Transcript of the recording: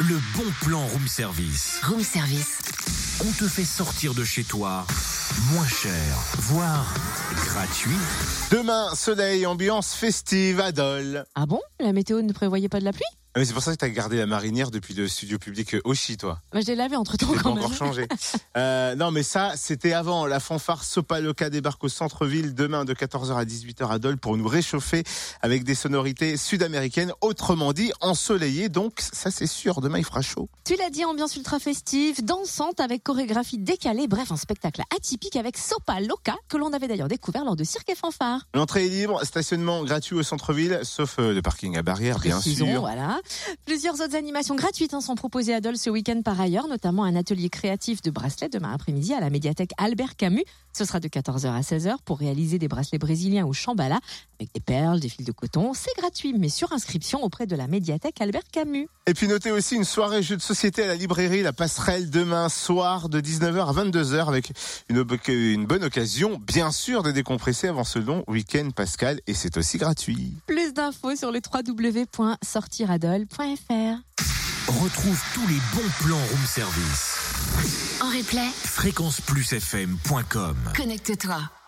Le bon plan room service. Room service. On te fait sortir de chez toi moins cher, voire gratuit. Demain, soleil, ambiance festive, Adol. Ah bon La météo ne prévoyait pas de la pluie Ah, mais c'est pour ça que t'as gardé la marinière depuis le studio public Oshi, toi. bah, Je l'ai lavé entre temps T'es pas quand même. encore changé. Euh, non, mais ça, c'était avant. La fanfare Sopaloca débarque au centre-ville demain de 14h à 18h à Dole pour nous réchauffer avec des sonorités sud-américaines, autrement dit ensoleillées. Donc, ça, c'est sûr, demain, il fera chaud. Tu l'as dit, ambiance ultra festive, dansante avec chorégraphie décalée, bref, un spectacle atypique avec Sopa Loca que l'on avait d'ailleurs découvert lors de Cirque et Fanfare. L'entrée est libre, stationnement gratuit au centre-ville, sauf euh, le parking à barrière, bien Précisons, sûr. voilà. Plusieurs autres animations gratuites hein, sont proposées à Dole ce week-end par ailleurs, notamment un atelier créatif de bracelets demain après-midi à la médiathèque Albert Camus. Ce sera de 14h à 16h pour réaliser des bracelets brésiliens ou chambala avec des perles, des fils de coton. C'est gratuit, mais sur inscription auprès de la médiathèque Albert Camus. Et puis notez aussi une soirée jeux de société à la librairie La Passerelle demain soir de 19h à 22h avec une, ob- une bonne occasion bien sûr de décompresser avant ce long week-end Pascal et c'est aussi gratuit. Plus d'infos sur le www.sortiradol.fr. Retrouve tous les bons plans room service. En replay, Fréquenceplusfm.com connecte-toi.